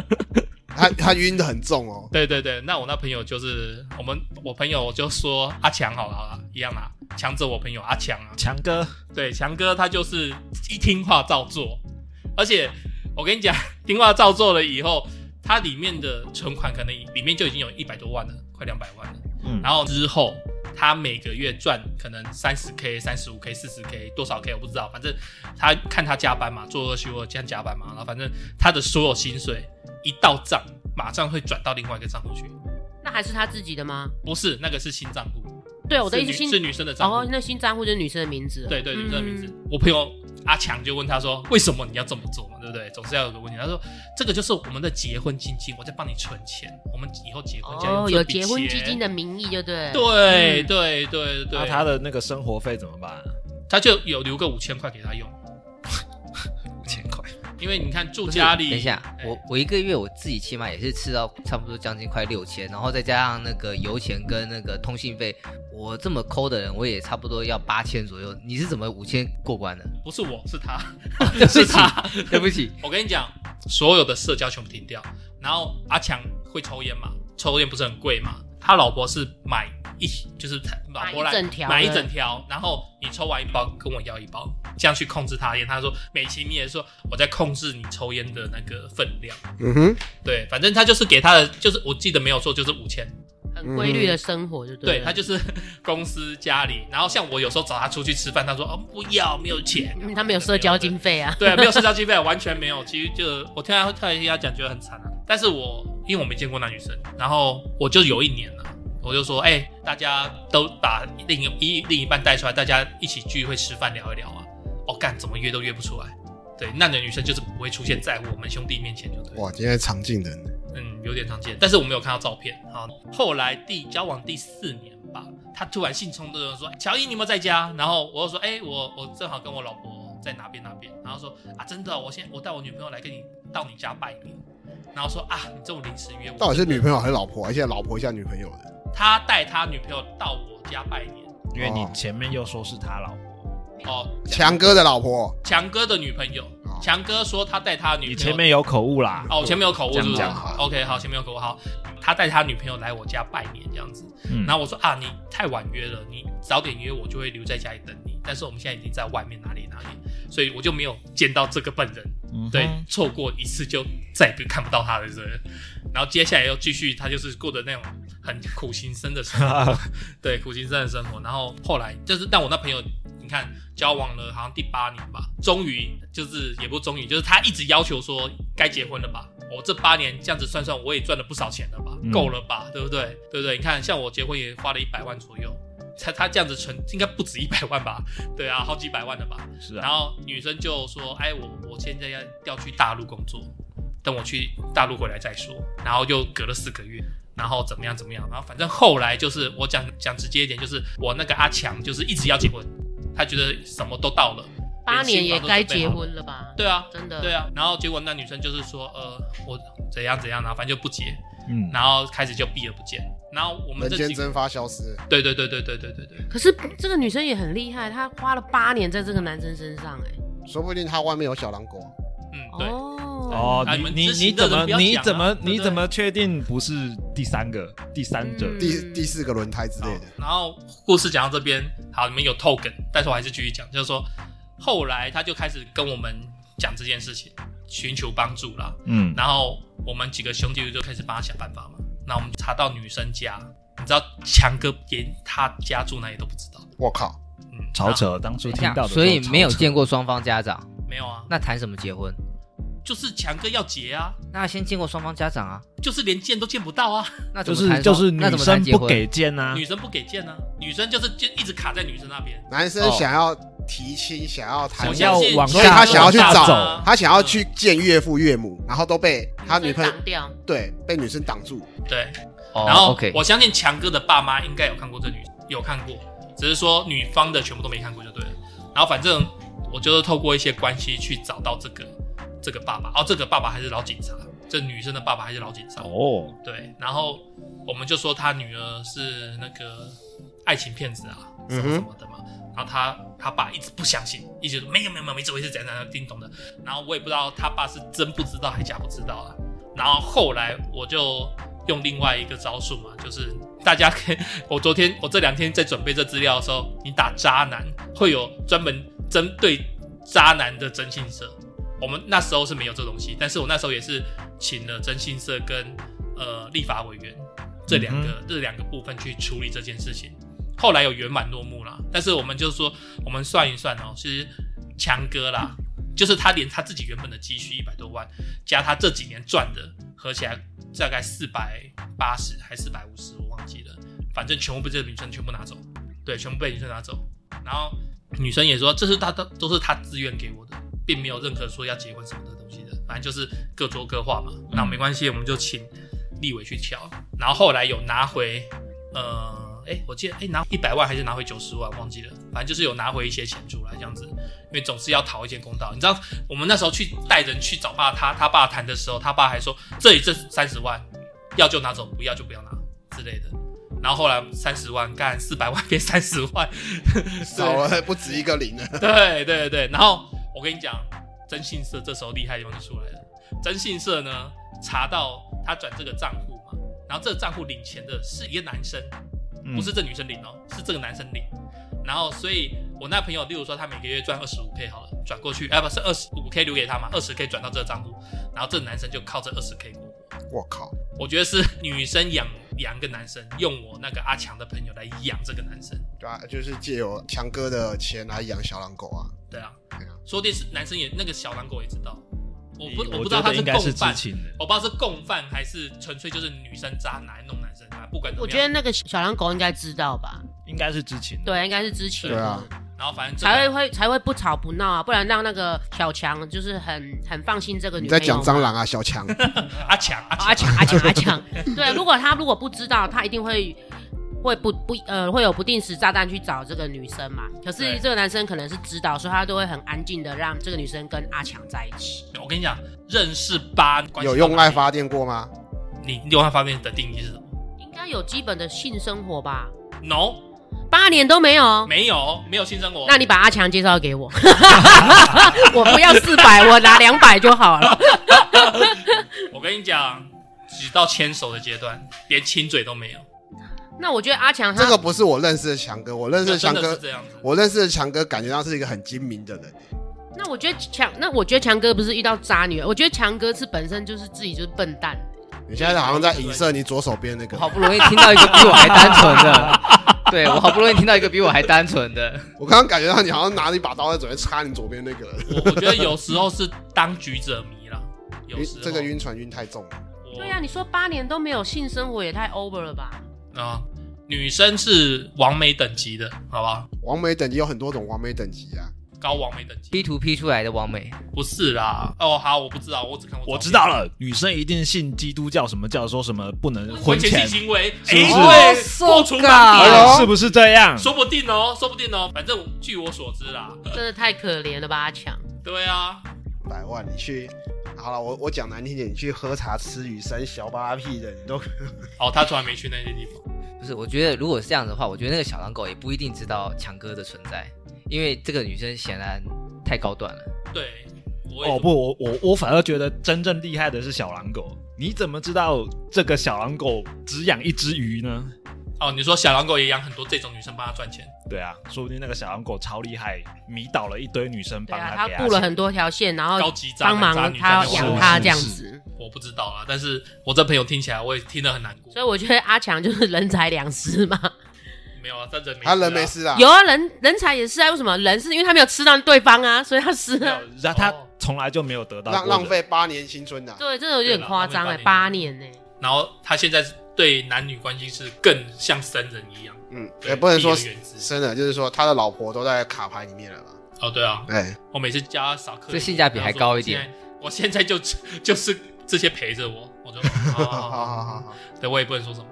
Speaker 2: 他他晕的很重哦”。
Speaker 1: 对对对，那我那朋友就是我们我朋友就说阿强好了好了，一样啊，强者我朋友阿强啊，
Speaker 3: 强哥，
Speaker 1: 对，强哥他就是一听话照做，而且我跟你讲，听话照做了以后，他里面的存款可能里面就已经有一百多万了，快两百万了。
Speaker 3: 嗯，
Speaker 1: 然后之后他每个月赚可能三十 k、三十五 k、四十 k 多少 k 我不知道，反正他看他加班嘛，做二休二这样加班嘛，然后反正他的所有薪水一到账，马上会转到另外一个账户去，
Speaker 4: 那还是他自己的吗？
Speaker 1: 不是那个是新账户，
Speaker 4: 对，哦我的意思
Speaker 1: 是女是
Speaker 4: 新
Speaker 1: 女生的账户，
Speaker 4: 哦，那新账户就是女生的名字了。
Speaker 1: 对对，女生的名字
Speaker 4: 嗯。
Speaker 1: 我朋友阿强就问他说：“为什么你要这么做嘛？对不对？总是要有个问题。”他说：“这个就是我们的结婚基金，我在帮你存钱，我们以后结婚家
Speaker 4: 哦，有
Speaker 1: 这笔
Speaker 4: 结婚基
Speaker 1: 钱
Speaker 4: 金。的名义，就对。
Speaker 1: 对”
Speaker 4: 嗯
Speaker 1: 对对对
Speaker 3: 那他的那个生活费怎么办啊？
Speaker 1: 他就有留个五千块给他 用，
Speaker 3: 千块，
Speaker 1: 因为你看住
Speaker 5: 不是
Speaker 1: 家里，
Speaker 5: 等一下，
Speaker 1: 哎
Speaker 5: 我我一个月我自己起码也是吃到差不多将近快六千，然后再加上那个油钱跟那个通信费，我这么抠的人，我也差不多要八千左右。你是怎么五千过 关的？
Speaker 1: 不是我是他，
Speaker 5: 对不
Speaker 1: 是
Speaker 5: 起，
Speaker 1: 他。
Speaker 5: 对不 起，
Speaker 1: 我跟你讲，所有的社交全部停掉。然后阿强会抽烟嘛，抽烟不是很贵嘛？他老婆是买一，就是老婆来
Speaker 4: 买一整条
Speaker 1: 买一
Speaker 4: 的
Speaker 1: 整条，然后你抽完一包跟我要一包，这样去控制他的烟。他说美其名曰说我在控制你抽烟的那个分量。
Speaker 2: 嗯哼，
Speaker 1: 对，反正他就是给他的，就是我记得没有错，就是五千。
Speaker 4: 很规律的生活，就对
Speaker 1: 嗯对
Speaker 4: 了。
Speaker 1: 他就是公司家里，然后像我有时候找他出去吃饭，他说哦不要，没有钱，
Speaker 4: 嗯他没有社交
Speaker 1: 对
Speaker 4: 经费啊。
Speaker 1: 对，没有社交经费，完全没有。其实就我听他听他讲，觉得很惨啊。但是我因为我没见过那女生，然后我就有一年了，我就说，哎、大家都把另一一另一半带出来，大家一起聚会吃饭聊一聊啊。哦，干，怎么约都约不出来。对，那个女生就是不会出现在我们兄弟面前，就对了。
Speaker 2: 哇，今天常进人，
Speaker 1: 嗯，有点常见，但是我没有看到照片。好，后来第交往第四年吧，他突然性冲动的说：“乔伊，你有没有在家？”然后我就说：“哎、我我正好跟我老婆在哪边哪边。”然后说：“啊，真的，我现在我带我女朋友来跟你到你家拜年。”然后说：“啊，你这么临时约我，
Speaker 2: 到底是女朋友还是老婆啊？而且老婆像女朋友的，
Speaker 1: 他带他女朋友到我家拜年。
Speaker 3: 因为你前面又说是他老婆，”
Speaker 1: 哦，
Speaker 2: 强哥的老婆，
Speaker 1: 强哥的女朋友
Speaker 2: 哦，
Speaker 1: 强哥说他带他女朋
Speaker 3: 你
Speaker 1: 友。
Speaker 3: 前面有口误啦。
Speaker 1: 哦，我前面有口误，是
Speaker 3: 这样
Speaker 1: 不是
Speaker 3: 讲
Speaker 2: 好
Speaker 1: ？OK，好，前面有口误，好。他带他女朋友来我家拜年，这样子。
Speaker 3: 嗯
Speaker 1: 然后我说啊，你太晚约了，你早点约我就会留在家里等你。但是我们现在已经在外面哪里哪里，所以我就没有见到这个本人。
Speaker 3: 嗯哼
Speaker 1: 对，错过一次就再也看不到他了，这人。然后接下来又继续，他就是过的那种很苦行僧的生 活，对，苦行僧的生活。然后后来就是，但我那朋友，你看交往了好像第八年吧，终于就是也不终于，就是他一直要求说该结婚了吧。我这八年这样子算算，我也赚了不少钱了吧，
Speaker 3: 嗯
Speaker 1: 够了吧，对不对？对不对？你看，像我结婚也花了一百万左右，他他这样子存应该不止一百万吧？对啊，好几百万了吧？
Speaker 3: 是啊，
Speaker 1: 然后女生就说：“哎，我我现在要要去大陆工作，等我去大陆回来再说。”然后又隔了四个月，然后怎么样怎么样，然后反正后来就是我讲讲直接一点，就是我那个阿强就是一直要结婚，他觉得什么都到了，
Speaker 4: 八年也该
Speaker 1: 连新
Speaker 4: 结
Speaker 1: 房都准备好了
Speaker 4: 婚了吧？
Speaker 1: 对啊，
Speaker 4: 真的。
Speaker 1: 对啊。然后结果那女生就是说：“呃，我怎样怎样，然后反正就不结，
Speaker 3: 嗯，
Speaker 1: 然后开始就避而不见。”然后我们
Speaker 2: 人
Speaker 1: 这
Speaker 2: 间
Speaker 1: 几个
Speaker 2: 蒸发消失，
Speaker 1: 对对对对对对对对，
Speaker 4: 可是这个女生也很厉害，她花了八年在这个男生身上、
Speaker 2: 说不定他外面有小狼狗啊。
Speaker 1: 嗯
Speaker 4: 哎。
Speaker 1: 对。
Speaker 4: 哦。
Speaker 3: 哦
Speaker 1: 啊，你
Speaker 3: 你
Speaker 1: 们
Speaker 3: 你
Speaker 1: 知
Speaker 3: 你
Speaker 1: 情的
Speaker 3: 怎
Speaker 1: 人
Speaker 3: 么
Speaker 1: 不要
Speaker 3: 你
Speaker 1: 讲啊
Speaker 3: 怎
Speaker 1: 对
Speaker 3: 么
Speaker 1: 不
Speaker 3: 你
Speaker 1: 对
Speaker 3: 怎么确定不是第三个第三者？
Speaker 4: 嗯
Speaker 2: 第第四个轮胎之类的，
Speaker 1: 然后故事讲到这边，好，你们有透梗，但是我还是继续讲，就是说，后来他就开始跟我们讲这件事情，寻求帮助啦。
Speaker 3: 嗯，
Speaker 1: 然后我们几个兄弟就开始帮他想办法嘛。那我们查到女生家，你知道强哥连他家住哪里都不知道，
Speaker 2: 我靠，
Speaker 1: 嗯，
Speaker 3: 超扯，当初
Speaker 5: 等一
Speaker 3: 听
Speaker 5: 下
Speaker 3: 到的时候
Speaker 5: 所以没有
Speaker 3: 超扯
Speaker 5: 见过双方家长，
Speaker 1: 那没有啊，
Speaker 5: 那谈什么结婚？
Speaker 1: 就是强哥要结啊，
Speaker 5: 那先见过双方家长啊，
Speaker 1: 就是连见都见不到啊，
Speaker 5: 那怎
Speaker 3: 就
Speaker 5: 么谈双
Speaker 3: 是就是女
Speaker 5: 那怎么
Speaker 3: 生
Speaker 5: 谈结
Speaker 3: 不
Speaker 5: 婚？
Speaker 3: 给见啊
Speaker 1: 女，生不给见啊，女生就是就一直卡在女生那边，
Speaker 2: 男生想要提亲，想要谈
Speaker 1: 我
Speaker 3: 想
Speaker 2: 恋爱，
Speaker 1: 相信
Speaker 3: 要往
Speaker 2: 所以他想要去
Speaker 3: 往
Speaker 2: 找
Speaker 3: 下走
Speaker 2: 他想要去见岳父岳母，然后都被他女朋友
Speaker 4: 挡掉，
Speaker 2: 对被女生挡住。
Speaker 1: 对，
Speaker 5: 哦
Speaker 1: 然后
Speaker 5: OK，
Speaker 1: 我相信强哥的爸妈应该有看过这女，有看过，只是说女方的全部都没看过就对了。然后反正我就是透过一些关系去找到这个这个爸爸，哦，这个爸爸还是老警察，这女生的爸爸还是老警察，
Speaker 3: 哦，
Speaker 1: 对。然后我们就说他女儿是那个爱情骗子啊，什
Speaker 2: 嗯
Speaker 1: 么
Speaker 2: 哼
Speaker 1: 什么的嘛。然后他他爸一直不相信，一直说没有没有没有没这回事，怎样怎样叮咚的。然后我也不知道他爸是真不知道还假不知道啊。然后后来我就用另外一个招数嘛，就是大家可以，我昨天我这两天在准备这资料的时候，你打渣男会有专门针对渣男的征信社。我们那时候是没有这东西，但是我那时候也是请了征信社跟呃立法委员这两个、这两个部分去处理这件事情。后来有圆满落幕啦，但是我们就说，我们算一算哦，其实强哥啦，就是他连他自己原本的积蓄一百多万，加他这几年赚的，合起来大概四百八十还四百五十，我忘记了，反正全部被这个女生全部拿走，对，全部被女生拿走。然后女生也说，这是她的都是她自愿给我的，并没有任何说要结婚什么的东西的，反正就是各说各话嘛。那没关系，我们就请立委去瞧。然后后来有拿回，呃，哎，我记得哎拿一百万还是拿回九十万，忘记了，反正就是有拿回一些钱出来这样子，因为总是要讨一些公道。你知道我们那时候去带人去找爸他他爸谈的时候，他爸还说这里这三十万要就拿走，不要就不要拿之类的。然后后来三十万干四百万 变三十万，
Speaker 2: 少了不止一个零了。
Speaker 1: 对对对，然后我跟你讲，征信社这时候厉害的地方就出来了。征信社呢查到他转这个账户嘛，然后这个账户领钱的是一个男生，
Speaker 3: 嗯
Speaker 1: 不是这女生领哦，是这个男生领。然后，所以我那朋友，例如说他每个月赚二十五 k 好了，转过去，哎、不是二十五 k 留给他嘛，二十 k 转到这个账户，然后这个男生就靠这二十 k 过活。
Speaker 2: 我靠，
Speaker 1: 我觉得是 女生养养个男生，用我那个阿强的朋友来养这个男生，
Speaker 2: 对啊，就是借由强哥的钱来养小狼狗啊。
Speaker 1: 对啊
Speaker 2: 对啊，
Speaker 1: 说的是男生也那个小狼狗也知道，我不
Speaker 3: 我
Speaker 1: 不知道他
Speaker 3: 觉得应该
Speaker 1: 共
Speaker 3: 是知
Speaker 1: 犯，
Speaker 3: 情的，
Speaker 1: 我不知道是共犯还是纯粹就是女生渣男弄男生啊，不管怎
Speaker 4: 我
Speaker 1: 么
Speaker 4: 觉得
Speaker 1: 样，
Speaker 4: 那个小狼狗应该知道吧？
Speaker 3: 应该是知情的。
Speaker 4: 对，应该是知情
Speaker 2: 对啊，
Speaker 1: 然后反正这个
Speaker 4: 才会会才会不吵不闹啊，不然让那个小强就是很很放心这个女
Speaker 2: 你
Speaker 4: 朋友
Speaker 2: 在
Speaker 4: 嘛。
Speaker 2: 讲蟑螂啊，小强？
Speaker 1: 阿强阿
Speaker 4: 啊
Speaker 1: 强
Speaker 4: 阿强阿强阿强，对，如果他如果不知道，他一定会会不不呃会有不定时炸弹去找这个女生嘛。可
Speaker 1: 对
Speaker 4: 是这个男生可能是知道，所以他都会很安静的让这个女生跟阿强在一起。
Speaker 1: 我跟你讲，认识八关系啊
Speaker 2: 有用
Speaker 1: 到哪
Speaker 2: 爱
Speaker 1: 里，
Speaker 2: 发电过吗？
Speaker 1: 你用爱发电的定义是什么
Speaker 4: 应该有基本的性生活吧？
Speaker 1: ？No，
Speaker 4: 八年都没有，
Speaker 1: 没有没有性生活。
Speaker 4: 那你把阿强介绍给我， 我不要四百，我拿两百就好了。
Speaker 1: 我跟你讲，只到牵手的阶段，连亲嘴都没有，
Speaker 4: 那我觉得阿强他
Speaker 2: 这个不是我认识的强哥，我认识的强
Speaker 1: 真的
Speaker 2: 哥
Speaker 1: 是，这样子。
Speaker 2: 我认识的强哥感觉到是一个很精明的人。
Speaker 4: 那我觉得强，那我觉得强哥不是遇到渣女，啊我觉得强哥是本身就是自己就是笨蛋。
Speaker 2: 你现在好像在影射你左手边那个
Speaker 5: 我，好不容易听到一个比我还单纯 的，对我好不容易听到一个比我还单纯的，
Speaker 2: 我刚刚感觉到你好像拿了一把刀在准备插你左边那个人。
Speaker 1: 我我觉得有时候是当局者迷啦，有
Speaker 2: 晕
Speaker 1: 时候
Speaker 2: 这个晕船晕太重了，
Speaker 1: 我
Speaker 4: 对呀、啊你说八年都没有性生活也太 over 了吧？
Speaker 1: 啊、女生是完美等级的，好吧？
Speaker 2: 完美等级有很多种完美等级啊。
Speaker 1: 高完美等级
Speaker 5: P 图 P 出来的王美，
Speaker 1: 不是啦。哦，好，我不知道，我只看过。
Speaker 3: 我知道。了，女生一定信基督教什么教，说什么不能
Speaker 1: 婚
Speaker 3: 婚
Speaker 1: 前
Speaker 3: 前
Speaker 1: 性，行为，
Speaker 3: 是不是
Speaker 1: 哎，对，
Speaker 5: 哦
Speaker 1: 破除
Speaker 5: 受
Speaker 1: 法
Speaker 5: 够
Speaker 1: 律，
Speaker 2: 哎呦
Speaker 3: 是不是这样？
Speaker 1: 说不定哦，说不定哦。反正据我所知啦，
Speaker 4: 真的太可怜了吧，阿强。
Speaker 1: 对啊，
Speaker 2: 百万，你去好了，我我讲难听点，你去喝茶吃鱼生小巴屁的，你都
Speaker 1: 哦，他从来没去那些地方。
Speaker 5: 不是，我觉得如果是这样的话，我觉得那个小狼狗也不一定知道强哥的存在，因为这个女生显然太高端了。
Speaker 1: 对，我也
Speaker 3: 哦不，我我我反而觉得真正厉害的是小狼狗。你怎么知道这个小狼狗只养一只鱼呢？
Speaker 1: 哦，你说小狼狗也养很多这种女生帮他赚钱，
Speaker 3: 对啊，说不定那个小狼狗超厉害，迷倒了一堆女生
Speaker 4: 对
Speaker 3: 帮
Speaker 4: 啊，
Speaker 3: 他
Speaker 4: 他
Speaker 3: 给
Speaker 4: 雇了
Speaker 3: 钱
Speaker 4: 很多条线，然
Speaker 1: 高
Speaker 4: 后
Speaker 1: 级渣
Speaker 4: 哦帮
Speaker 1: 男渣
Speaker 4: 忙
Speaker 1: 女
Speaker 4: 他
Speaker 1: 在那边
Speaker 4: 养
Speaker 1: 玩
Speaker 4: 他
Speaker 3: 是
Speaker 4: 这样
Speaker 3: 是
Speaker 4: 子。
Speaker 1: 我不知道啦，但是我这朋友听起来我也听得很难过
Speaker 4: 所。以我觉得阿强就是人财两失嘛。
Speaker 1: 没有啊，他人没事啊
Speaker 2: 他人没事啊。
Speaker 4: 有啊，人人才也是啊。为什么人是因为他没有吃到对方啊，所以他失
Speaker 1: 没有
Speaker 4: 啊。
Speaker 1: 人
Speaker 3: 然后他
Speaker 1: 哦
Speaker 3: 从来就没有得到
Speaker 2: 浪
Speaker 3: 过
Speaker 2: 浪
Speaker 3: 人
Speaker 2: 费八年青春呐、啊。
Speaker 4: 对，真的有点
Speaker 1: 对啦
Speaker 4: 夸张哎、
Speaker 1: 浪费
Speaker 4: 八
Speaker 1: 八
Speaker 4: 年呢、
Speaker 1: 然后他现在是对男女关系是更像神人一样，
Speaker 2: 嗯，
Speaker 1: 对
Speaker 2: 也不能说
Speaker 1: 避而远之
Speaker 2: 真的，就是说他的老婆都在卡牌里面了嘛。
Speaker 1: 哦，对啊，
Speaker 2: 哎，
Speaker 1: 我每次叫他扫客，
Speaker 5: 这性价比还高一点。
Speaker 1: 我现在就就是这些陪着我， 我就好好
Speaker 2: 好
Speaker 1: 好
Speaker 2: 好好
Speaker 1: 好
Speaker 2: 好
Speaker 1: 好，
Speaker 2: 好，
Speaker 1: 对我也不能说什么。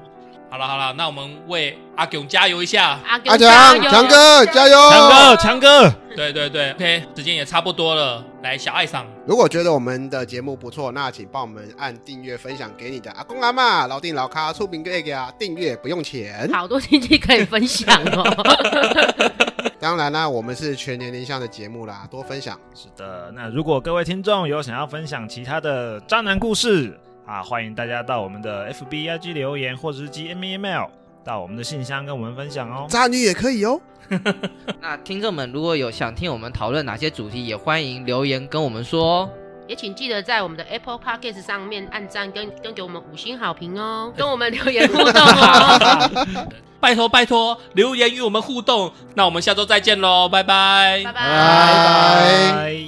Speaker 1: 好了好了，那我们为阿勇加油一下。
Speaker 4: 阿
Speaker 2: 阿
Speaker 4: 强
Speaker 2: 强强哥加油！
Speaker 3: 强哥，强哥，
Speaker 1: 对对对，OK，时间也差不多了，来小爱上，
Speaker 2: 如果觉得我们的节目不错，那请帮我们按订阅、分享给你的阿公阿妈、老丁老咖、出饼给啊，订阅不用钱。
Speaker 4: 好多亲戚可以分享哦。
Speaker 2: 当然啦，我们是全年龄向的节目啦，多分享。
Speaker 3: 是的，那如果各位听众有想要分享其他的渣男故事啊，欢迎大家到我们的 FB、IG 留言，或者是 G M E Mail 到我们的信箱跟我们分享哦。
Speaker 2: 渣女也可以哦。
Speaker 5: 那听众们如果有想听我们讨论哪些主题，也欢迎留言跟我们说哦。
Speaker 4: 也请记得在我们的 Apple Podcast 上面按赞跟跟给我们五星好评哦，
Speaker 1: 哎
Speaker 4: 跟我们留言互动哦。
Speaker 1: 拜托拜托， 留言与我们互动。那我们下周再见喽，拜拜
Speaker 4: 拜
Speaker 2: 拜
Speaker 4: 拜。
Speaker 2: 拜
Speaker 3: 拜。